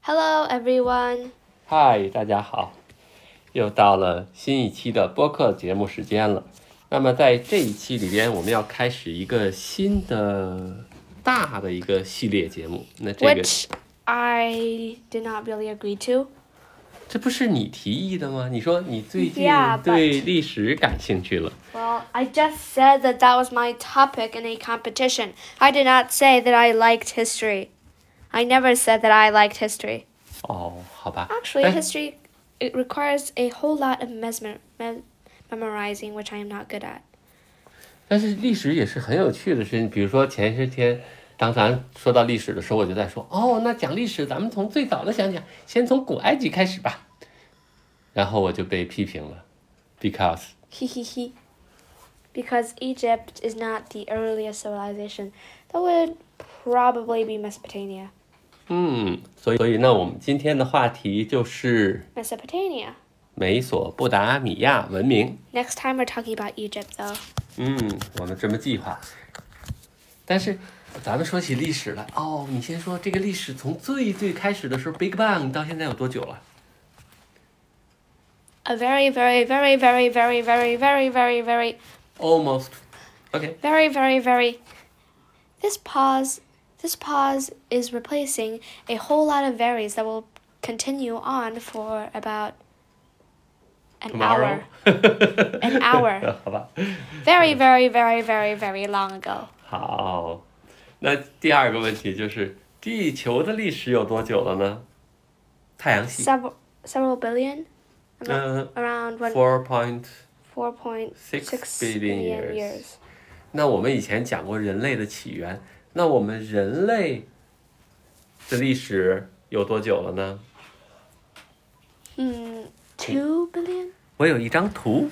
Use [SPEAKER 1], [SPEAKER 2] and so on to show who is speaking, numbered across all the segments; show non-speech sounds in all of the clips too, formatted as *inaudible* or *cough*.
[SPEAKER 1] Hello, everyone.
[SPEAKER 2] 嗨，大家好，又到了新一期的播客节目时间了。那么在这一期里边，我们要开始一个新的大的一个系列节目。那这个
[SPEAKER 1] Which I did not really agree to.
[SPEAKER 2] 这不是你提议的吗？你说你最近
[SPEAKER 1] Yeah, but-
[SPEAKER 2] 对历史感兴趣了。
[SPEAKER 1] Well, I just said that that was my topic in a competition. I did not say that I liked history. I never said that I liked history.
[SPEAKER 2] 哦，好吧。
[SPEAKER 1] Actually,
[SPEAKER 2] 哎
[SPEAKER 1] history it requires a whole lot of mesmer me- memorizing, which I am not good at. *laughs*
[SPEAKER 2] 但是历史也是很有趣的事情。比如说前些天，当咱说到历史的时候，我就在说，哦，那讲历史，咱们从最早的想讲，先从古埃及开始吧。然后我就被批评了，because
[SPEAKER 1] Hee hee hee. Because Egypt is not the earliest civilization. That would probably be Mesopotamia.
[SPEAKER 2] 嗯，所以所以那我们今天的话题就是
[SPEAKER 1] Mesopotamia.
[SPEAKER 2] 美索不达米亚文明。
[SPEAKER 1] Next time we're talking about Egypt, though.
[SPEAKER 2] 嗯，我们这么计划。但是咱们说起历史来，哦，你先说这个历史从最最开始的时候，Big Bang 到现在有多久了？
[SPEAKER 1] A very, very, very, very, very, very, very, very, very,
[SPEAKER 2] Almost. OK，
[SPEAKER 1] very, very, very. This pause, this pause is replacing a whole lot of varies that will continue on for about an
[SPEAKER 2] tomorrow
[SPEAKER 1] hour.。An hour.
[SPEAKER 2] *laughs* 好吧，
[SPEAKER 1] Very, very, very, very, very long ago.
[SPEAKER 2] 好。那第二个问题就是，地球的历史有多久了呢？太阳系，
[SPEAKER 1] Several, several billion.
[SPEAKER 2] Uh,
[SPEAKER 1] around one,
[SPEAKER 2] four point。
[SPEAKER 1] four point
[SPEAKER 2] six
[SPEAKER 1] six
[SPEAKER 2] billion
[SPEAKER 1] billion
[SPEAKER 2] years.
[SPEAKER 1] years.
[SPEAKER 2] 那我们以前讲过人类的起源，那我们人类的历史有多久了呢？
[SPEAKER 1] Hmm, two billion.
[SPEAKER 2] 我有一张图，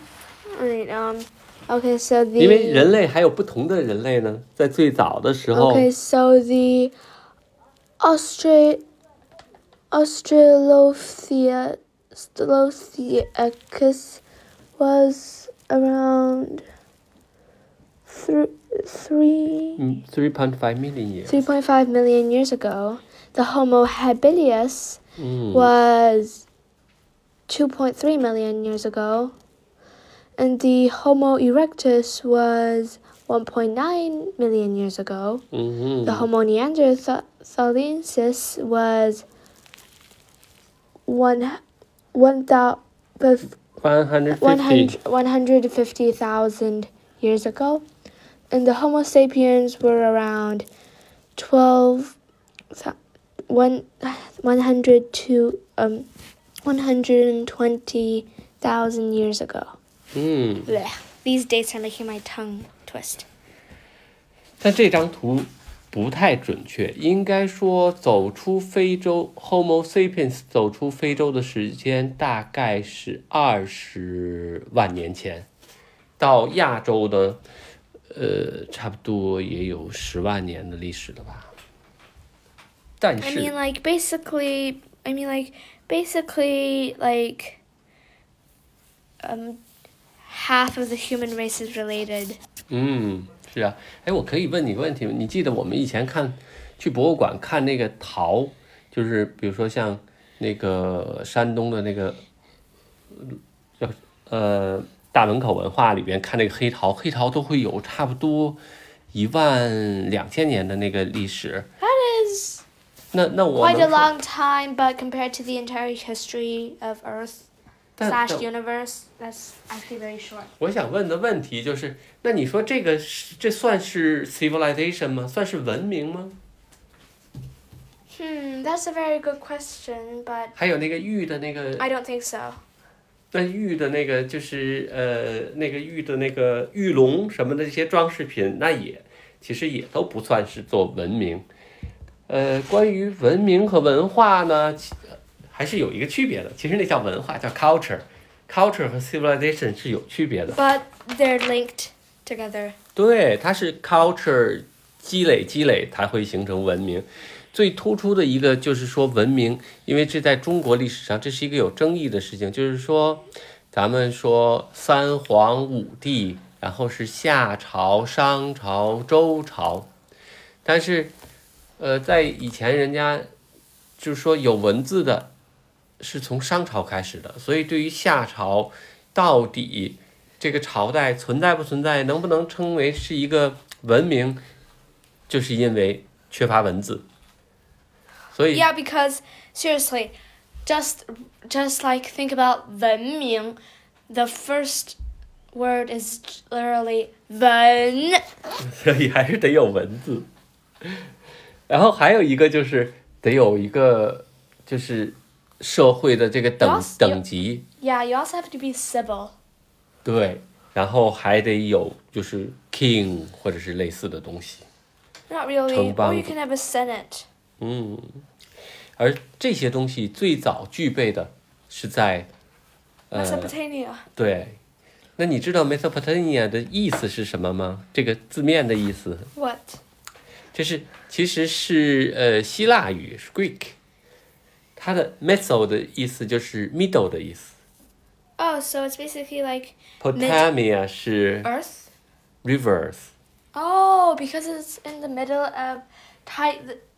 [SPEAKER 1] Right. Um. Okay. So the.
[SPEAKER 2] 因为人类还有不同的人类呢，在最早的时候
[SPEAKER 1] Okay. So the. Austra. Australopithecus Australopithecus was around. Three. Three.
[SPEAKER 2] 嗯，three point five million years，
[SPEAKER 1] Three point five million years ago, the Homo habilis
[SPEAKER 2] 嗯，
[SPEAKER 1] was 2.3 million years ago, and the Homo erectus was 1.9 million years ago.
[SPEAKER 2] 嗯
[SPEAKER 1] The Homo neanderthalensis was one, one thou, bef-
[SPEAKER 2] ，one hundred fifty，
[SPEAKER 1] 100 150,000 years ago, and the Homo sapiens were around 12, thou- one- 100 to um, 120,000 years ago.
[SPEAKER 2] 嗯，
[SPEAKER 1] Blech. These dates are making my tongue twist.
[SPEAKER 2] 但这张图不太准确，应该说走出非洲 Homo sapiens 走出非洲的时间大概是二十万年前，到亚洲的，呃，差不多也有十万年的历史了吧。但
[SPEAKER 1] I mean,
[SPEAKER 2] 是，
[SPEAKER 1] like, basically, I mean, like, basically, like, um, half of the human race is related.
[SPEAKER 2] 嗯，是啊，哎，我可以问你个问题吗？你记得我们以前看去博物馆看那个陶，就是比如说像那个山东的那个叫呃大门口文化里边看那个黑陶，黑陶都会有差不多一万两千年的那个历史。
[SPEAKER 1] That is.
[SPEAKER 2] 那那我
[SPEAKER 1] quite a
[SPEAKER 2] 能说
[SPEAKER 1] long time, but compared to the entire history of Earth
[SPEAKER 2] 但
[SPEAKER 1] slash
[SPEAKER 2] 但
[SPEAKER 1] universe, that's actually very short.
[SPEAKER 2] 我想问的问题就是，那你说这个是这算是 civilization 吗？算是文明吗？
[SPEAKER 1] Hmm, that's a very good question, but
[SPEAKER 2] 还有那个玉的那个
[SPEAKER 1] I don't think so.
[SPEAKER 2] 那玉的那个就是呃，那个玉的那个玉龙什么的这些装饰品，那也其实也都不算是做文明。呃，关于文明和文化呢，其还是有一个区别的。其实那叫文化，叫 culture。culture 和 civilization 是有区别的。
[SPEAKER 1] But they're linked together.
[SPEAKER 2] 对，它是 culture 积累积累才会形成文明。最突出的一个就是说文明，因为这在中国历史上这是一个有争议的事情，就是说咱们说三皇五帝，然后是夏朝、商朝、周朝，但是呃，在以前人家就是说有文字的，是从商朝开始的，所以对于夏朝到底这个朝代存在不存在，能不能称为是一个文明，就是因为缺乏文字，所以
[SPEAKER 1] Yeah, because seriously, just just like think about 文明, the first word is literally 文.
[SPEAKER 2] 所以还是得有文字。然后还有一个就是得有一个就是社会的这个等
[SPEAKER 1] Yes,
[SPEAKER 2] 等级，
[SPEAKER 1] Yeah, you also have to be civil.
[SPEAKER 2] 对，然后还得有就是 king 或者是类似的东西，
[SPEAKER 1] Not really. Or you
[SPEAKER 2] 城邦。
[SPEAKER 1] can have a senate.
[SPEAKER 2] 嗯，而这些东西最早具备的是在，呃，
[SPEAKER 1] Mesopotamia.
[SPEAKER 2] 对，那你知道 Mesopotamia 的意思是什么吗？这个字面的意思，
[SPEAKER 1] What?
[SPEAKER 2] 这是其实是呃希腊语是 Greek，它的 meso 的意思就是 middle 的意思
[SPEAKER 1] Oh, so it's basically like
[SPEAKER 2] ，Potamia 是
[SPEAKER 1] Earth.
[SPEAKER 2] rivers，
[SPEAKER 1] Oh, because it's in the middle of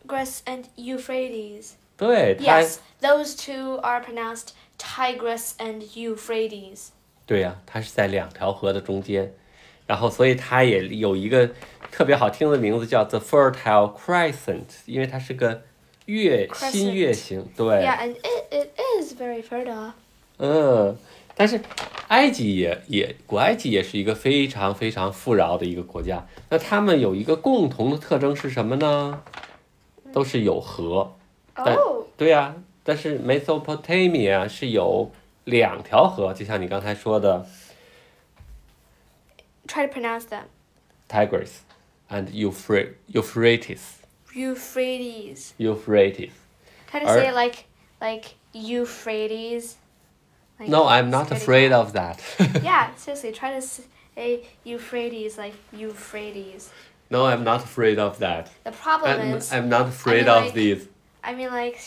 [SPEAKER 1] Tigris and Euphrates.
[SPEAKER 2] 对，它
[SPEAKER 1] Yes, those two are pronounced Tigris and Euphrates.
[SPEAKER 2] 对呀、它是在两条河的中间，然后所以它也有一个特别好听的名字叫 The Fertile Crescent，因为它是个月
[SPEAKER 1] Crescent
[SPEAKER 2] 新月形，对
[SPEAKER 1] Yeah, and it, it is very fertile.
[SPEAKER 2] 嗯，但是埃及也也古埃及也是一个非常非常富饶的一个国家，那他们有一个共同的特征是什么呢？都是有河，But-
[SPEAKER 1] Oh,
[SPEAKER 2] 对呀、但是 Mesopotamia 是有两条河，就像你刚才说的
[SPEAKER 1] try to pronounce them.
[SPEAKER 2] Tigris and Euphra- Euphrates。
[SPEAKER 1] Euphrates.
[SPEAKER 2] Euphrates.
[SPEAKER 1] Try to
[SPEAKER 2] Are-
[SPEAKER 1] say it like like Euphrates. Like
[SPEAKER 2] No, I'm not
[SPEAKER 1] spitting
[SPEAKER 2] afraid
[SPEAKER 1] out.
[SPEAKER 2] of *laughs* that.
[SPEAKER 1] yeah, seriously, try to say Euphrates like Euphrates.
[SPEAKER 2] no, I'm not afraid of that.
[SPEAKER 1] The problem
[SPEAKER 2] I'm,
[SPEAKER 1] is,
[SPEAKER 2] I'm not afraid
[SPEAKER 1] I mean,
[SPEAKER 2] of
[SPEAKER 1] Oh, like-
[SPEAKER 2] these.
[SPEAKER 1] I mean, like,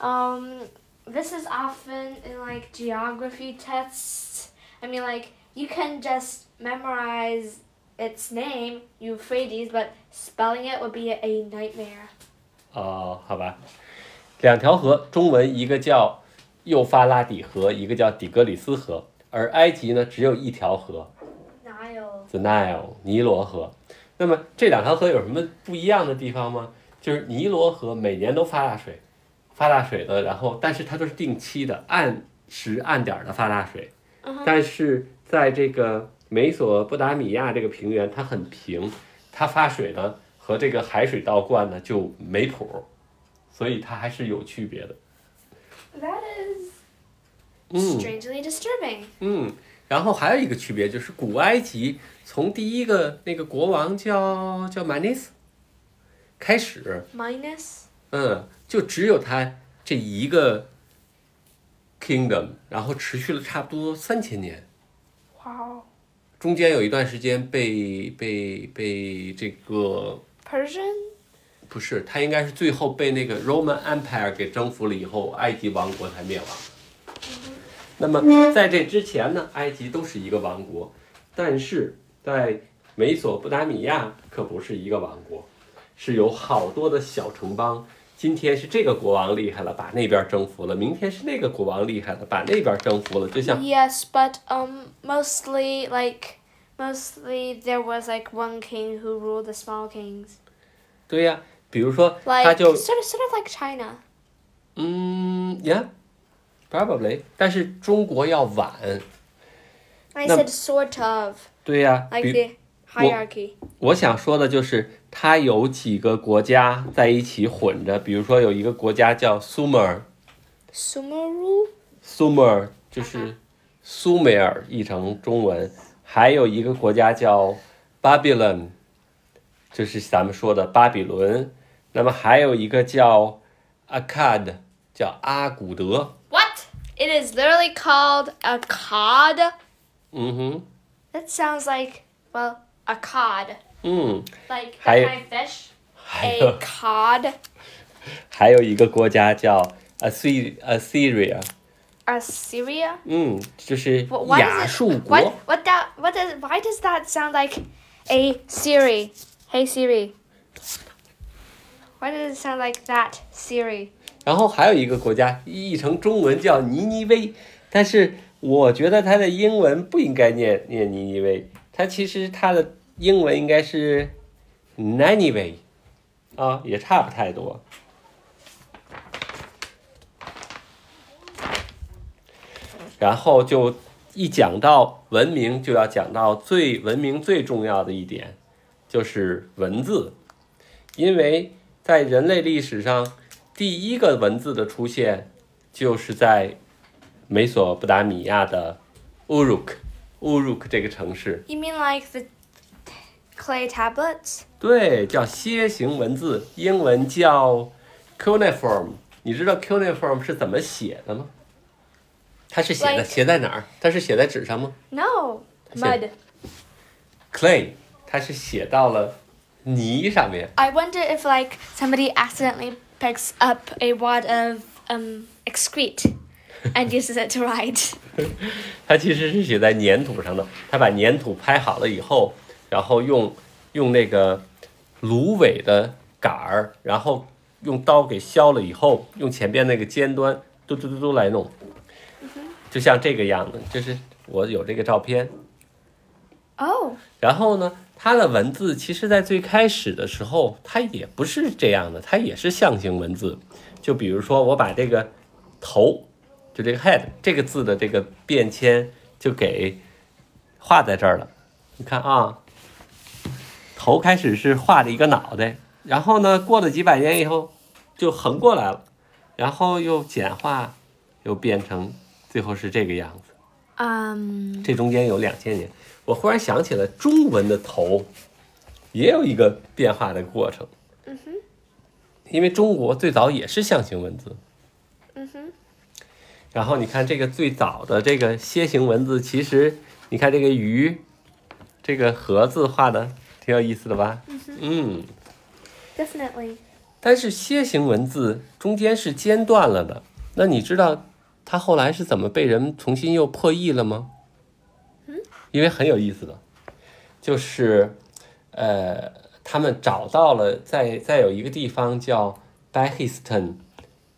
[SPEAKER 1] um, this is often in like geography tests. I mean, like, you can just memorize its name, Euphrates, but spelling it would be a nightmare.
[SPEAKER 2] 哦，好吧，两条河，中文一个叫幼发拉底河，一个叫底格里斯河，而埃及呢只有一条河
[SPEAKER 1] Nile.
[SPEAKER 2] ，the Nile 尼罗河。那么这两条河有什么不一样的地方吗？就是尼罗河每年都发大水，发大水的，然后但是它都是定期的，按时按点的发大水。但是在这个美索不达米亚这个平原，它很平，它发水呢和这个海水倒灌呢就没谱儿，所以它还是有区别的。
[SPEAKER 1] That is
[SPEAKER 2] Mm.
[SPEAKER 1] strangely disturbing.
[SPEAKER 2] 嗯，然后还有一个区别就是古埃及从第一个那个国王叫叫马尼斯开始，
[SPEAKER 1] Minus.
[SPEAKER 2] 嗯，就只有他这一个 kingdom，然后持续了差不多三千年。
[SPEAKER 1] Wow.
[SPEAKER 2] 中间有一段时间被被被这个
[SPEAKER 1] Persian.
[SPEAKER 2] 不是，他应该是最后被那个 Roman Empire 给征服了以后，埃及王国才灭亡的。那
[SPEAKER 1] 嗯
[SPEAKER 2] 么在这之前呢，埃及都是一个王国，但是在美索不达米亚可不是一个王国，是有好多的小城邦。今天是这个国王厉害了，把那边征服了；明天是那个国王厉害了，把那边征服了。就像
[SPEAKER 1] Yes, but um, mostly like mostly there was like one king who ruled the small kings.
[SPEAKER 2] 对呀、比如说他
[SPEAKER 1] Like
[SPEAKER 2] 就
[SPEAKER 1] sort of sort of like China.
[SPEAKER 2] 嗯，Yeah，probably，但是中国要晚，
[SPEAKER 1] I
[SPEAKER 2] No.
[SPEAKER 1] said sort of
[SPEAKER 2] 对呀、
[SPEAKER 1] like
[SPEAKER 2] 比
[SPEAKER 1] the hierarchy.
[SPEAKER 2] 我想说的就是，它有几个国家在一起混着，比如说有一个国家叫苏美尔，
[SPEAKER 1] Sumeru.
[SPEAKER 2] 苏美尔
[SPEAKER 1] 嗯
[SPEAKER 2] 就是苏美尔译成中文，还有一个国家叫 Babylon，就是咱们说的巴比伦，那么还有一个叫 Akkad，叫阿古德，
[SPEAKER 1] What? It is literally called a cod.
[SPEAKER 2] 嗯哼，
[SPEAKER 1] That sounds like well a cod,
[SPEAKER 2] 嗯，
[SPEAKER 1] like
[SPEAKER 2] Hi-
[SPEAKER 1] that kind of fish.
[SPEAKER 2] 还有
[SPEAKER 1] A。cod.
[SPEAKER 2] 还有一个国家叫 Assy- Assyria，
[SPEAKER 1] Assyria.
[SPEAKER 2] 嗯，就是
[SPEAKER 1] 我 why
[SPEAKER 2] 亚
[SPEAKER 1] does
[SPEAKER 2] 述
[SPEAKER 1] it,
[SPEAKER 2] 国
[SPEAKER 1] what。what that what does why does that sound like a Siri? Hey Siri. Why does it sound like that Siri?
[SPEAKER 2] 然后还有一个国家译成中文叫尼尼微，但是我觉得它的英文不应该念念尼尼微，它其实它的英文应该是 Naniway，啊，也差不太多。然后就一讲到文明，就要讲到最文明最重要的一点，就是文字，因为在人类历史上，第一个文字的出现就是在美索不达米亚的乌鲁克乌鲁克这个城市，
[SPEAKER 1] You mean like the clay tablets?
[SPEAKER 2] 对，叫楔形文字，英文叫 cuneiform。你知道 cuneiform 是怎么写的吗？它是写的
[SPEAKER 1] Like-
[SPEAKER 2] 写在哪儿？它是写在纸上吗
[SPEAKER 1] No,
[SPEAKER 2] said-
[SPEAKER 1] mud.
[SPEAKER 2] ？clay，它是写到了泥上面。
[SPEAKER 1] I wonder if like somebody accidentally picks up a wad of um excrete and uses it to write.
[SPEAKER 2] 它其实是写在粘土上的。它把粘土拍好了以后，然后用用那个芦苇的杆儿，然后用刀给削了以后，用前边那个尖端嘟嘟嘟嘟来弄，就像这个样子。就是我有这个照片。
[SPEAKER 1] Oh,
[SPEAKER 2] 然后呢，它的文字其实在最开始的时候，它也不是这样的，它也是象形文字。就比如说，我把这个头，就这个 head 这个字的这个变迁，就给画在这儿了。你看啊，头开始是画了一个脑袋，然后呢，过了几百年以后就横过来了，然后又简化，又变成最后是这个样子。
[SPEAKER 1] um,
[SPEAKER 2] 这中间有两千年。我忽然想起了中文的头，也有一个变化的过程。嗯哼，因为中国最早也是象形文字。嗯哼，然后你看这个最早的这个楔形文字，其实你看这个鱼，这个盒子画的挺有意思的吧？嗯。
[SPEAKER 1] definitely.
[SPEAKER 2] 但是楔形文字中间是间断了的，那你知道它后来是怎么被人重新又破译了吗？因为很有意思的，就是，呃，他们找到了在在有一个地方叫 Behistun，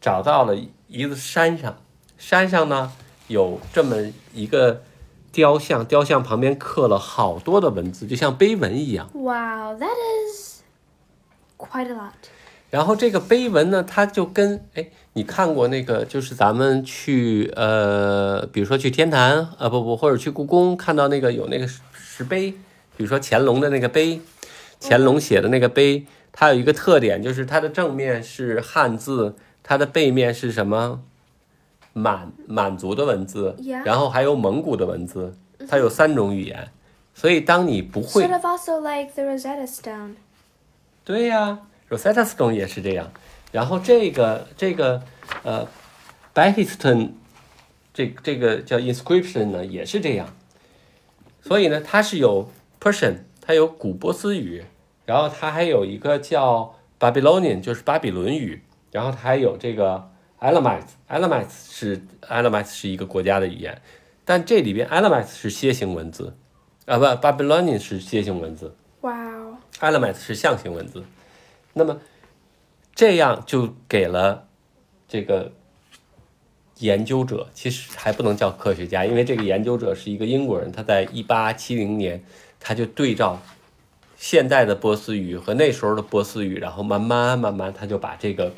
[SPEAKER 2] 找到了一个山上，山上呢有这么一个雕像，雕像旁边刻了好多的文字，就像碑文一样。
[SPEAKER 1] Wow, that is quite a lot.
[SPEAKER 2] 然后这个碑文呢，它就跟哎，你看过那个，就是咱们去呃，比如说去天坛，呃不不，或者去故宫，看到那个有那个石石碑，比如说乾隆的那个碑，乾隆写的那个碑，它有一个特点，就是它的正面是汉字，它的背面是什么？满满族的文字
[SPEAKER 1] Yeah
[SPEAKER 2] 然后还有蒙古的文字，它有三种语言，所以当你不会
[SPEAKER 1] Sort of also like the Rosetta Stone.
[SPEAKER 2] 对呀、r o s e t t a Stone 也是这样。然后这个这个呃 b a h i s t o n 这这个叫 inscription 呢也是这样。所以呢，它是有 Persian，它有古波斯语，然后它还有一个叫 Babylonian，就是巴比伦语，然后它还有这个 Elamites，Elamites 是 Elamites 是一个国家的语言，但这里边 Elamites 是楔形文字，啊不，Babylonian 是楔形文字。
[SPEAKER 1] Wow.
[SPEAKER 2] element 是象形文字，那么这样就给了这个研究者，其实还不能叫科学家，因为这个研究者是一个英国人，他在一八七零年他就对照现代的波斯语和那时候的波斯语，然后慢慢慢慢他就把这个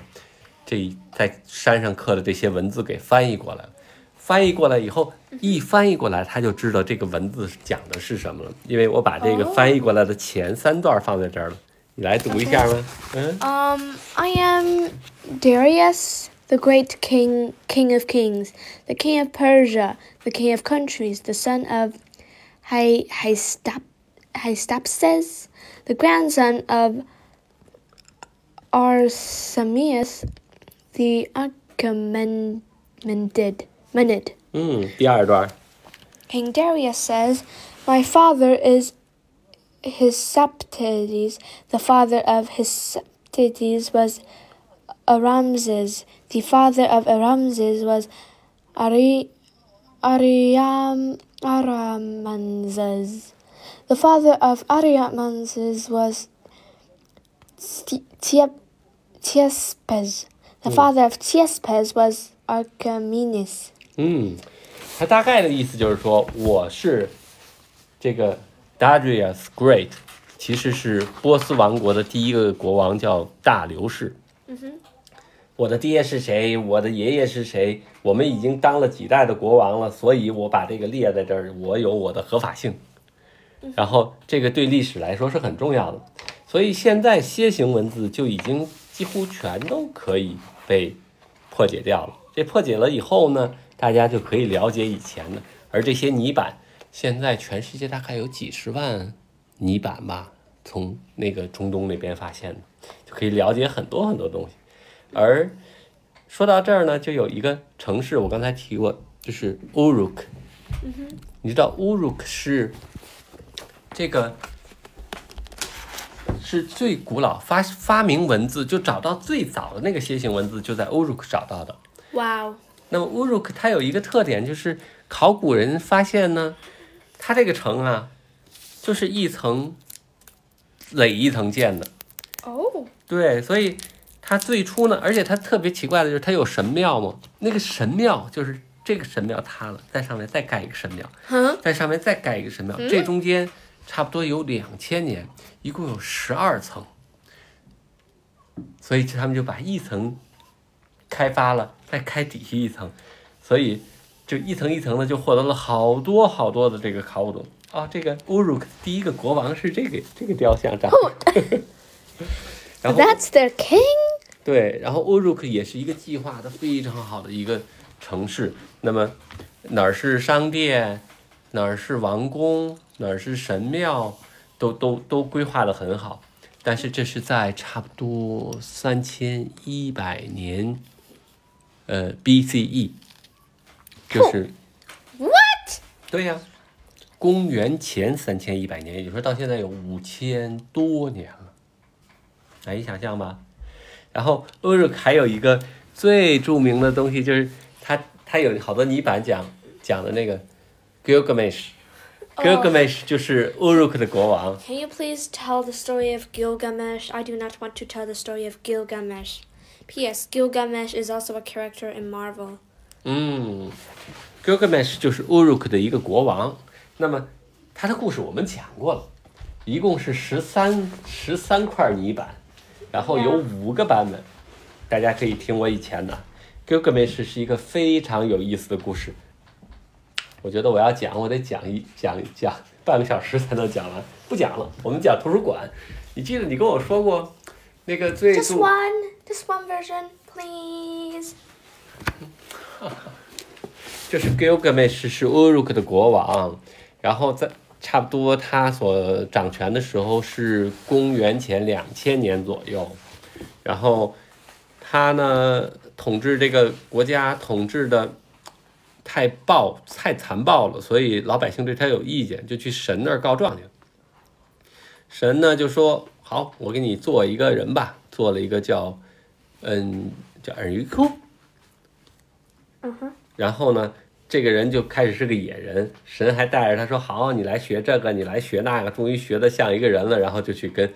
[SPEAKER 2] 这一在山上刻的这些文字给翻译过来了。翻译过来以后，一翻译过来，他就知道这个文字讲的是什么了。因为我把这个
[SPEAKER 1] 哦
[SPEAKER 2] 翻译过来的前三段放在这儿了，你来读一下吗？嗯，
[SPEAKER 1] Um, I am Darius, the great king, king of kings, the king of Persia, the king of countries, the son of Hy- Hystap- Hystapses, the grandson of Arsamius, the Achaemenid. Menid.
[SPEAKER 2] 嗯，第二段，
[SPEAKER 1] King Darius says, My father is Hysaptides. The father of Hysaptides was Aramses. The father of Aramses was Ari, Ariam, Aramanzes. The father of Ariamanzes was Tiespes. The father of Chespes was Archimedes.
[SPEAKER 2] 嗯，它大概的意思就是说，我是这个 Darius Great，其实是波斯王国的第一个国王，叫大流士。我的爹是谁？我的爷爷是谁？我们已经当了几代的国王了，所以我把这个列在这儿，我有我的合法性。然后这个对历史来说是很重要的，所以现在楔形文字就已经几乎全都可以被破解掉了。这破解了以后呢，大家就可以了解以前的。而这些泥板，现在全世界大概有几十万泥板吧，从那个中东那边发现的，就可以了解很多很多东西。而说到这儿呢，就有一个城市，我刚才提过，就是 Uruk。你知道 Uruk 是这个是最古老发发明文字，就找到最早的那个楔形文字，就在 Uruk 找到的。
[SPEAKER 1] Wow.
[SPEAKER 2] 那么乌鲁克它有一个特点，就是考古人发现呢，它这个城啊，就是一层垒一层建的。
[SPEAKER 1] Oh.
[SPEAKER 2] 对，所以它最初呢，而且它特别奇怪的就是它有神庙嘛，那个神庙就是这个神庙塌了，在上面再盖一个神庙，
[SPEAKER 1] Huh?
[SPEAKER 2] 在上面再盖一个神庙，这中间差不多有两千年，一共有十二层，所以他们就把一层开发了，再开底下一层，所以就一层一层的就获得了好多好多的这个考古。哦，这个乌鲁克第一个国王是这个这个雕像长的， *laughs* 然后
[SPEAKER 1] That's their king?
[SPEAKER 2] 对，然后 Uruk 也是一个计划的非常好的一个城市。那么哪儿是商店，哪儿是王宫，哪儿是神庙，都都都规划的很好。但是这是在差不多三千一百年，呃，BCE，就是、
[SPEAKER 1] What?
[SPEAKER 2] 对呀、公元前三千一百年，也就是说到现在有五千多年了，难以想象吧？然后欧日还有一个最著名的东西，就是它它有好多泥板讲讲的那个 Gilgamesh。Gilgamesh 就是 Uruk 的国王，
[SPEAKER 1] Can you please tell the story of Gilgamesh? I do not want to tell the story of Gilgamesh. P.S. Gilgamesh is also a character in Marvel.
[SPEAKER 2] 嗯，Gilgamesh 就是 Uruk 的一个国王。那么他的故事我们讲过了，一共是十三十三块泥板，然后有五个版本，大家可以听我以前的。Gilgamesh 是一个非常有意思的故事，我觉得我要讲，我得讲一讲讲半个小时才能讲完，不讲了，我们讲图书馆。你记得你跟我说过，那个最
[SPEAKER 1] Just
[SPEAKER 2] 著
[SPEAKER 1] one. Just one version, please.
[SPEAKER 2] 就是 Gilgamesh 是 Uruk 的国王，然后在差不多他所掌权的时候是公元前两千年左右，然后他呢统治这个国家统治的太暴太残暴了，所以老百姓对他有意见，就去神那儿告状去。神呢就说：“好，我给你做一个人吧，做了一个叫嗯叫 Enrico，然后呢，这个人就开始是个野人，神还带着他说：“好，你来学这个，你来学那个。”终于学得像一个人了，然后就去跟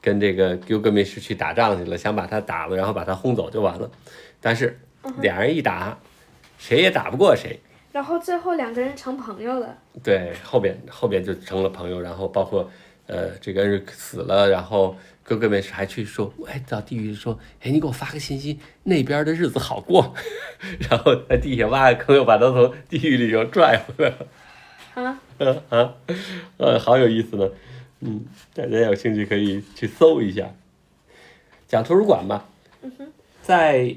[SPEAKER 2] 跟这个 Gilgamesh 去打仗去了，想把他打了，然后把他轰走就完了。但是俩人一打，谁也打不过谁。
[SPEAKER 1] 然后最后两个人成朋友了。
[SPEAKER 2] 对，后边后边就成了朋友，然后包括呃，这个 Eric 死了，然后哥哥们还去说，哎，到地狱说，哎，你给我发个信息，那边的日子好过， *laughs* 然后在地下挖个坑，又把他从地狱里又拽回来了。
[SPEAKER 1] 啊
[SPEAKER 2] 啊啊，呃，好有意思呢，嗯，大家有兴趣可以去搜一下。讲图书馆吧，在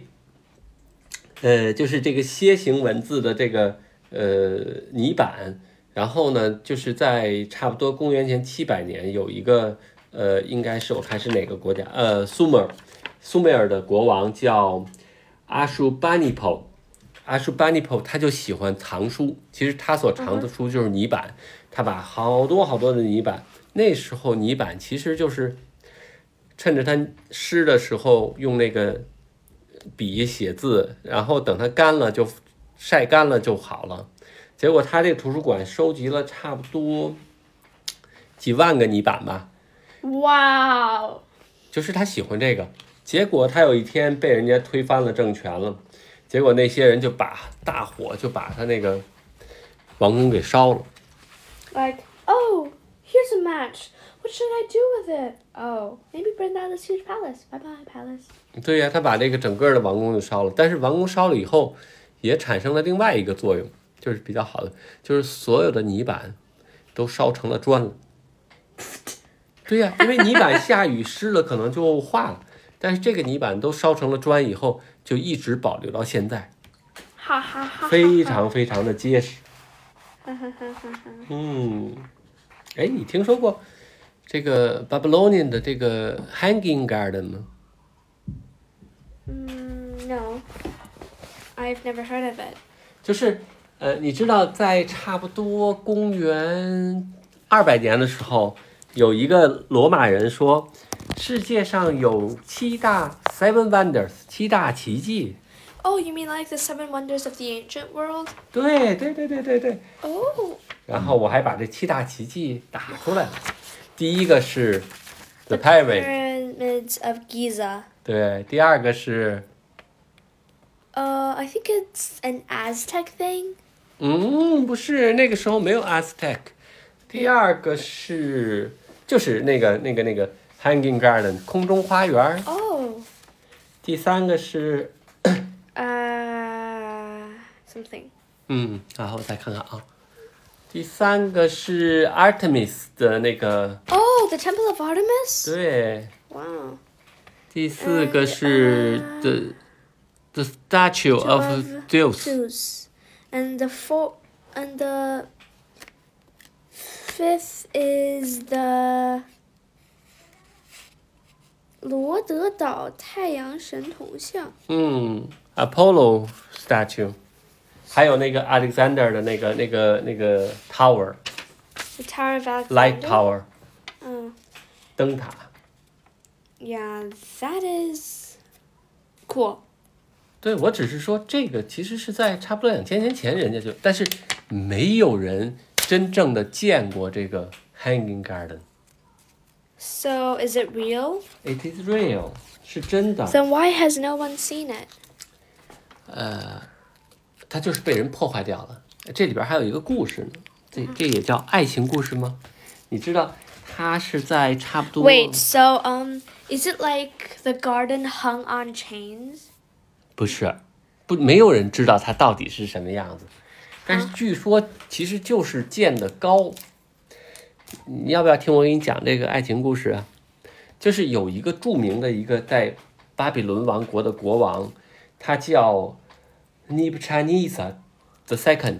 [SPEAKER 2] 呃，就是这个楔形文字的这个呃泥板，然后呢，就是在差不多公元前七百年，有一个呃，应该是我看是哪个国家，呃，苏美尔，苏美尔的国王叫阿舒巴尼普，阿舒巴尼普他就喜欢藏书，其实他所藏的书就是泥板，他把好多好多的泥板，那时候泥板其实就是趁着他湿的时候用那个笔写字，然后等它干了就晒干了就好了。结果他这个图书馆收集了差不多几万个泥板吧，
[SPEAKER 1] Wow.
[SPEAKER 2] 就是他喜欢这个，结果他有一天被人家推翻了政权了，结果那些人就把大火就把他那个王宫给烧了。
[SPEAKER 3] Like, oh, here's a match. What should I do with it? Oh, maybe burn down this huge palace. Bye bye, palace.
[SPEAKER 2] 对呀、他把这个整个的王宫就烧了，但是王宫烧了以后，也产生了另外一个作用，就是比较好的，就是所有的泥板都烧成了砖了。对呀、因为泥板下雨湿了可能就化了，但是这个泥板都烧成了砖以后，就一直保留到现在，
[SPEAKER 3] Ha ha ha.
[SPEAKER 2] 非常非常的结实。
[SPEAKER 3] ha, ha, ha, ha, ha.
[SPEAKER 2] 嗯，哎，你听说过这个 Babylonian 的这个 Hanging Garden 吗？
[SPEAKER 3] Mm, no. I've never heard of it.
[SPEAKER 2] 就是，呃，你知道，在差不多公元二百年的时候，有一个罗马人说，世界上有七大 Seven Wonders，七大奇迹。
[SPEAKER 3] Oh, you mean like the seven wonders of the ancient world?
[SPEAKER 2] 对对对对对对。
[SPEAKER 3] Oh.
[SPEAKER 2] 然后我还把这七大奇迹打出来了。第一个是 The Pyramid，
[SPEAKER 3] Pyramids of Giza.
[SPEAKER 2] 对，第二个是，
[SPEAKER 3] Uh, I think it's an Aztec thing.
[SPEAKER 2] 嗯，不是，那个时候没有 Aztec。第二个是，就是那个那个那个 Hanging Garden 空中花园。
[SPEAKER 3] Oh.
[SPEAKER 2] 第三个是，
[SPEAKER 3] Uh, something.
[SPEAKER 2] 嗯，然后再看看啊，第三个是 Artemis 的那个，
[SPEAKER 3] Oh, the Temple of Artemis?
[SPEAKER 2] 对，
[SPEAKER 3] Wow.
[SPEAKER 2] 第四个是 The The Statue of Zeus，
[SPEAKER 3] Zeus. And the four and the fifth is the 罗德岛太阳神铜像。
[SPEAKER 2] 嗯，Apollo Statue，还有那个 Alexander 的那个那个那个 Tower
[SPEAKER 3] The Tower of
[SPEAKER 2] Light
[SPEAKER 3] Alexander.
[SPEAKER 2] Tower
[SPEAKER 3] 嗯
[SPEAKER 2] 灯塔，
[SPEAKER 3] yeah, that is cool.
[SPEAKER 2] 对我只是说这个其实是在差不多两千年前人家就，但是没有人真正的见过这个 Hanging Garden。
[SPEAKER 3] So, is it real?
[SPEAKER 2] It is real，是真的。
[SPEAKER 3] Then why has no one seen it?
[SPEAKER 2] 呃，它就是被人破坏掉了。这里边还有一个故事呢，这这也叫爱情故事吗？你知道，它是在差不多
[SPEAKER 3] Wait, so um is it like the garden hung on chains?
[SPEAKER 2] 不是，不没有人知道它到底是什么样子，但是据说其实就是建的高。你要不要听我给你讲这个爱情故事啊？就是有一个著名的一个在巴比伦王国的国王，他叫 n i b c h a n i s a the Second，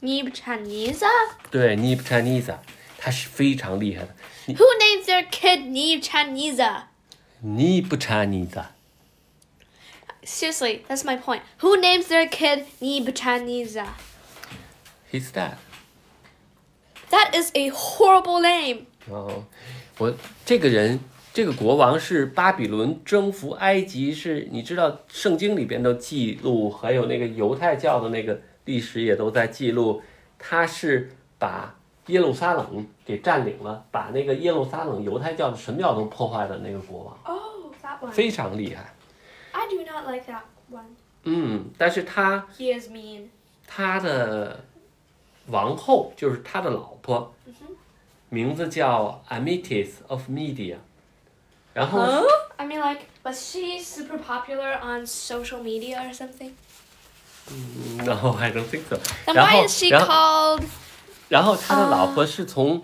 [SPEAKER 3] Neebchaniza?
[SPEAKER 2] 对 n i b c h a n i s a 他是非常厉害的。
[SPEAKER 3] Who names their kid Neebchaniza?
[SPEAKER 2] n i b c h a n i s a
[SPEAKER 3] Seriously, that's my point. Who names their kid Neebchaniza?
[SPEAKER 2] his dad。
[SPEAKER 3] That is a horrible name.
[SPEAKER 2] 哦，我这个人，这个国王是巴比伦征服埃及，是你知道圣经里边都记录，还有那个犹太教的那个历史也都在记录，他是把耶路撒冷给占领了，把那个耶路撒冷犹太教的神庙都破坏了那个国王，
[SPEAKER 3] Oh, that one.
[SPEAKER 2] 非常厉害。
[SPEAKER 3] I do not like that one.
[SPEAKER 2] 嗯，但是他
[SPEAKER 3] He is mean.
[SPEAKER 2] 他的王后就是他的老婆，名字叫 Amytis of Media，然后。 *laughs*
[SPEAKER 3] I mean, like, was she super popular on social media or something?
[SPEAKER 2] No, 哦 I don't think so.
[SPEAKER 3] Then
[SPEAKER 2] 然
[SPEAKER 3] why
[SPEAKER 2] 后
[SPEAKER 3] is she，
[SPEAKER 2] 然后，
[SPEAKER 3] called?
[SPEAKER 2] 然后他的老婆是从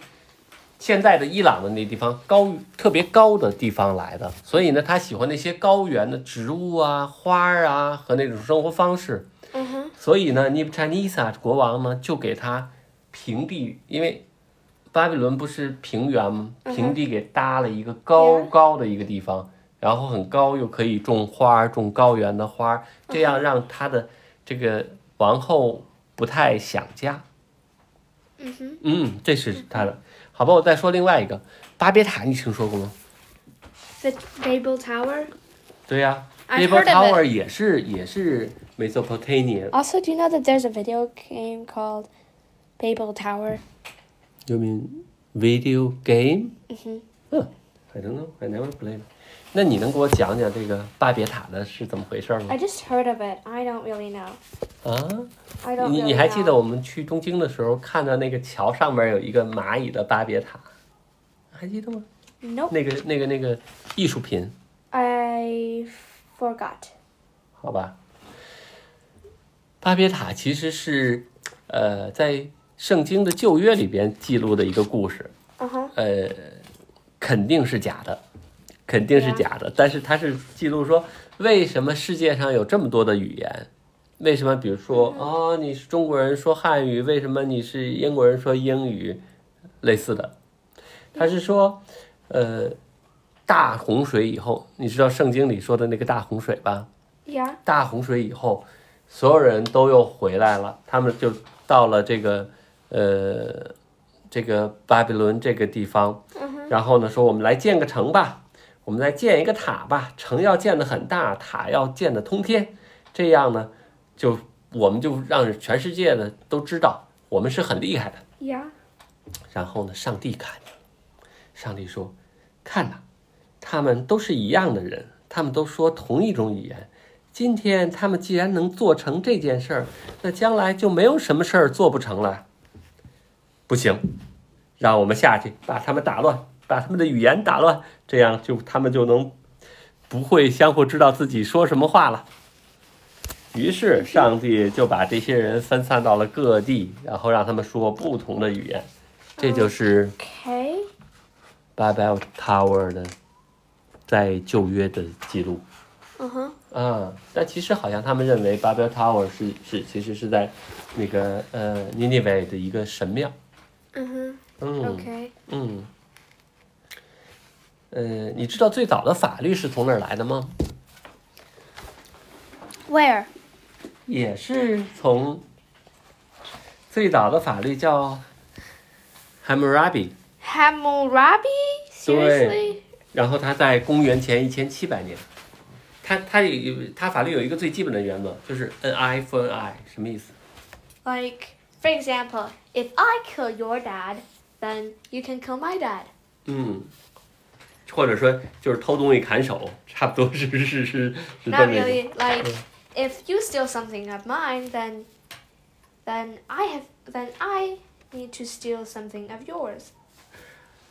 [SPEAKER 2] 现在的伊朗的那地方高特别高的地方来的，所以呢，他喜欢那些高原的植物啊、花儿啊和那种生活方式。
[SPEAKER 3] Uh huh.
[SPEAKER 2] 所以呢 n i b c h a n i s a 国王呢就给他平地，因为巴比伦不是平原吗？平地给搭了一个高
[SPEAKER 3] Yeah
[SPEAKER 2] 高的一个地方，然后很高，又可以种花儿，种高原的花儿，这样让他的这个王后不太想家。
[SPEAKER 3] Mm hmm.
[SPEAKER 2] 嗯，这是他的。好吧，我再说另外一个巴别塔，你听说过吗？
[SPEAKER 3] The Babel Tower.
[SPEAKER 2] 对呀、
[SPEAKER 3] I've
[SPEAKER 2] b a b e l
[SPEAKER 3] heard of it
[SPEAKER 2] Tower 也是也是 Mesopotamia
[SPEAKER 3] Also, do you know that there's a video game called Babel Tower?
[SPEAKER 2] You mean video game?
[SPEAKER 3] Mhm.
[SPEAKER 2] Huh. I don't know. I never played. 那你能给我讲讲这个巴别塔的是怎么回事吗
[SPEAKER 1] I？just heard of it. I don't really know.
[SPEAKER 2] 啊，
[SPEAKER 1] I don't.
[SPEAKER 2] 你
[SPEAKER 1] really
[SPEAKER 2] 你还记得
[SPEAKER 1] know.
[SPEAKER 2] 我们去东京的时候看到那个桥上面有一个蚂蚁的巴别塔，还记得吗？
[SPEAKER 1] Nope.
[SPEAKER 2] 那个那个那个艺术品，
[SPEAKER 1] I forgot.
[SPEAKER 2] 好吧？巴别塔其实是，呃，在圣经的旧约里边记录的一个故事，
[SPEAKER 1] Uh huh.
[SPEAKER 2] 呃，肯定是假的，肯定是假的。但是它是记录说，为什么世界上有这么多的语言？为什么比如说啊、哦，你是中国人说汉语，为什么你是英国人说英语？类似的，他是说，呃，大洪水以后，你知道圣经里说的那个大洪水吧？
[SPEAKER 1] Yeah.
[SPEAKER 2] 大洪水以后，所有人都又回来了，他们就到了这个呃这个巴比伦这个地方，然后呢说我们来建个城吧，我们来建一个塔吧，城要建得很大，塔要建得通天，这样呢就我们就让全世界的都知道我们是很厉害的。
[SPEAKER 1] Yeah.
[SPEAKER 2] 然后呢，上帝看见了，上帝说：“看呐、他们都是一样的人，他们都说同一种语言。今天他们既然能做成这件事儿，那将来就没有什么事儿做不成了。不行，让我们下去把他们打乱，把他们的语言打乱，这样就他们就能不会相互知道自己说什么话了。”于是，上帝就把这些人分散到了各地，然后让他们说不同的语言。这就是
[SPEAKER 1] Okay.
[SPEAKER 2] Babel Tower 的在旧约的记录
[SPEAKER 1] Uh huh.
[SPEAKER 2] 啊。但其实好像他们认为 Babel Tower 是是其实是在那个呃 n i n e v e 的一个神庙。
[SPEAKER 1] Uh huh.
[SPEAKER 2] 嗯
[SPEAKER 1] Okay.
[SPEAKER 2] 嗯。呃，你知道最早的法律是从哪儿来的吗？
[SPEAKER 1] Where?
[SPEAKER 2] 也是从最早的法律叫 Hammurabi，
[SPEAKER 1] Hammurabi? Seriously?
[SPEAKER 2] 然后他在公元前一千七百年，他他有他法律有一个最基本的原则，就是 n i for n i 什么意思？
[SPEAKER 1] Like, for example, if I kill your dad, then you can kill my dad.
[SPEAKER 2] 嗯，或者说就是偷东西砍手，差不多是是是是是这
[SPEAKER 1] Not
[SPEAKER 2] 么一个。
[SPEAKER 1] really. Like, if you steal something of mine, then, then I have, then I need to steal something of yours.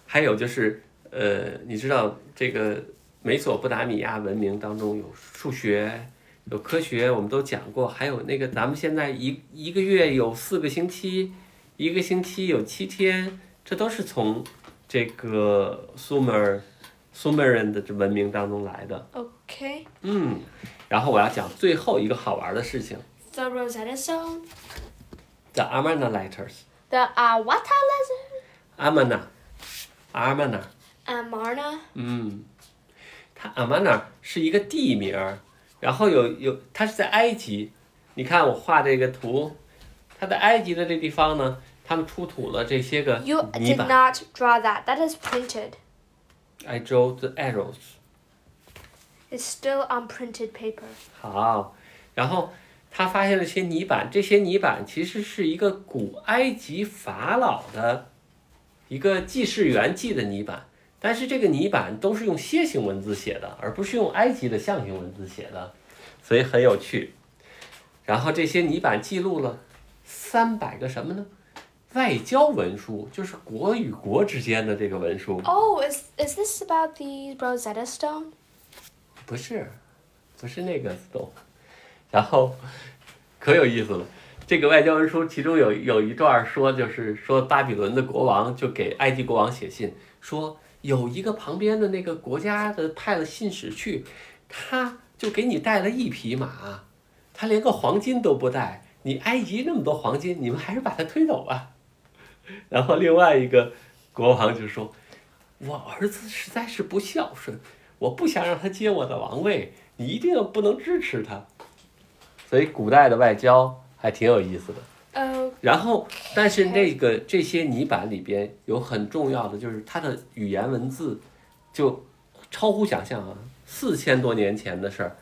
[SPEAKER 2] 还有就是呃，你知道这个美索不达米亚文明当中有数学。有科学，我们都讲过，还有那个咱们现在一一个月有四个星期，一个星期有七天，这都是从这个苏美尔苏美尔人的这文明当中来的。
[SPEAKER 1] Okay.
[SPEAKER 2] 嗯，然后我要讲最后一个好玩的事情
[SPEAKER 1] The Rosetta Stone,
[SPEAKER 2] ，The Amana Letters，
[SPEAKER 1] the Awata Letter,
[SPEAKER 2] 阿曼纳，阿曼纳，
[SPEAKER 1] Amarna.
[SPEAKER 2] 嗯，它阿曼纳是一个地名儿，然后有有它是在埃及，你看我画这个图，它在埃及的这地方呢，他们出土了这些个
[SPEAKER 1] You
[SPEAKER 2] 泥
[SPEAKER 1] did
[SPEAKER 2] 板。
[SPEAKER 1] not draw that. That is printed.
[SPEAKER 2] I drew the arrows。
[SPEAKER 1] It's still on printed paper.
[SPEAKER 2] 好，然后他发现了一些泥板，这些泥板其实是一个古埃及法老的一个记事员记的泥板，但是这个泥板都是用楔形文字写的，而不是用埃及的象形文字写的，所以很有趣。然后这些泥板记录了三百个什么呢？外交文书，就是国与国之间的这个文书，
[SPEAKER 1] Oh, is is this about the Rosetta Stone?
[SPEAKER 2] 不是，不是那个 stone。然后可有意思了，这个外交文书其中有有一段说，就是说巴比伦的国王就给埃及国王写信，说有一个旁边的那个国家的派了信使去，他就给你带了一匹马，他连个黄金都不带，你埃及那么多黄金，你们还是把他推走吧。 *laughs* 然后另外一个国王就说：“我儿子实在是不孝顺，我不想让他接我的王位，你一定不能支持他。所以古代的外交还挺有意思的。
[SPEAKER 1] Oh,
[SPEAKER 2] 然后，但是那个这些泥板里边有很重要的，就是它的语言文字就超乎想象啊，四千多年前的事儿。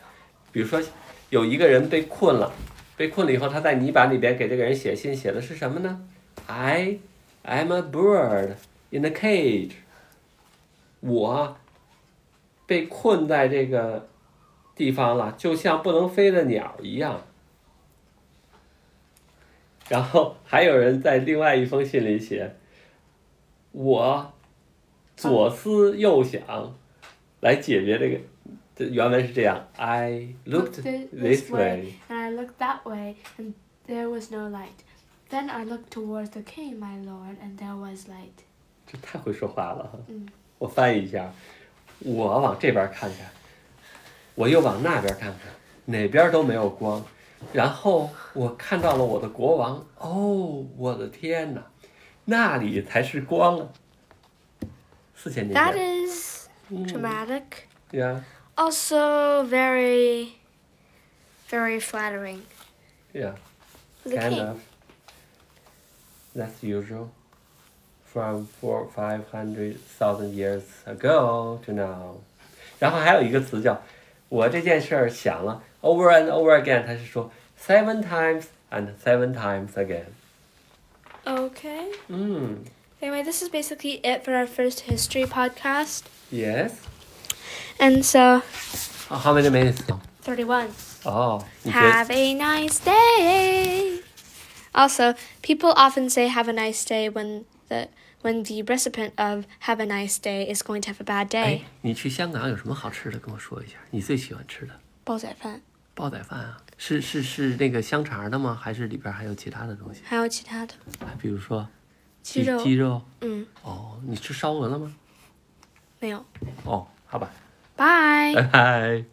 [SPEAKER 2] 比如说，有一个人被困了，被困了以后，他在泥板里边给这个人写信，写的是什么呢？I am a bird in a cage。我被困在这个地方了，就像不能飞的鸟一样。然后还有人在另外一封信里写：“我左思右想，来解决这个。”这原文是这样：“I looked
[SPEAKER 4] thi-
[SPEAKER 2] this way。”
[SPEAKER 4] and I looked that way, and there was no light. Then I looked towards the king, my lord, and there was light.
[SPEAKER 2] 这太会说话了。
[SPEAKER 4] 嗯，
[SPEAKER 2] 我翻译一下，我往这边看看，我又往那边看看，哪边都没有光。然后我看到了我的国王，哦，我的天哪，那里才是光啊！四千年
[SPEAKER 3] That Hmm.
[SPEAKER 2] 前，
[SPEAKER 3] is dramatic.
[SPEAKER 2] 对呀，
[SPEAKER 3] Also very, very flattering.
[SPEAKER 2] 对呀
[SPEAKER 3] for The
[SPEAKER 2] ，kind
[SPEAKER 3] king.
[SPEAKER 2] of. That's usual. From four five hundred thousand years ago to now，然后还有一个词叫“我这件事儿想了 over and over again”，它是说 seven times and seven times again。
[SPEAKER 3] Okay.
[SPEAKER 2] 嗯
[SPEAKER 3] Anyway, this is basically it for our first history podcast.
[SPEAKER 2] ，yes。
[SPEAKER 3] And so,
[SPEAKER 2] Oh, how many minutes?
[SPEAKER 3] 31.
[SPEAKER 2] 哦，你觉得
[SPEAKER 3] Have a nice day. Also, people often say "Have a nice day" when the when the recipient of "Have a nice day" is going to have a bad
[SPEAKER 2] 哎
[SPEAKER 3] day.，
[SPEAKER 2] 你去香港有什么好吃的？跟我说一下，你最喜欢吃的煲仔饭啊？是是是那个香肠的吗？还是里边还有其他的东西？
[SPEAKER 3] 煲仔饭，还有其他的鸡肉，
[SPEAKER 2] 啊比如说鸡鸡肉。哦，你吃烧鹅了吗？
[SPEAKER 3] 嗯，没有。
[SPEAKER 2] *laughs* 哦，好吧，
[SPEAKER 3] Bye.
[SPEAKER 2] 拜拜。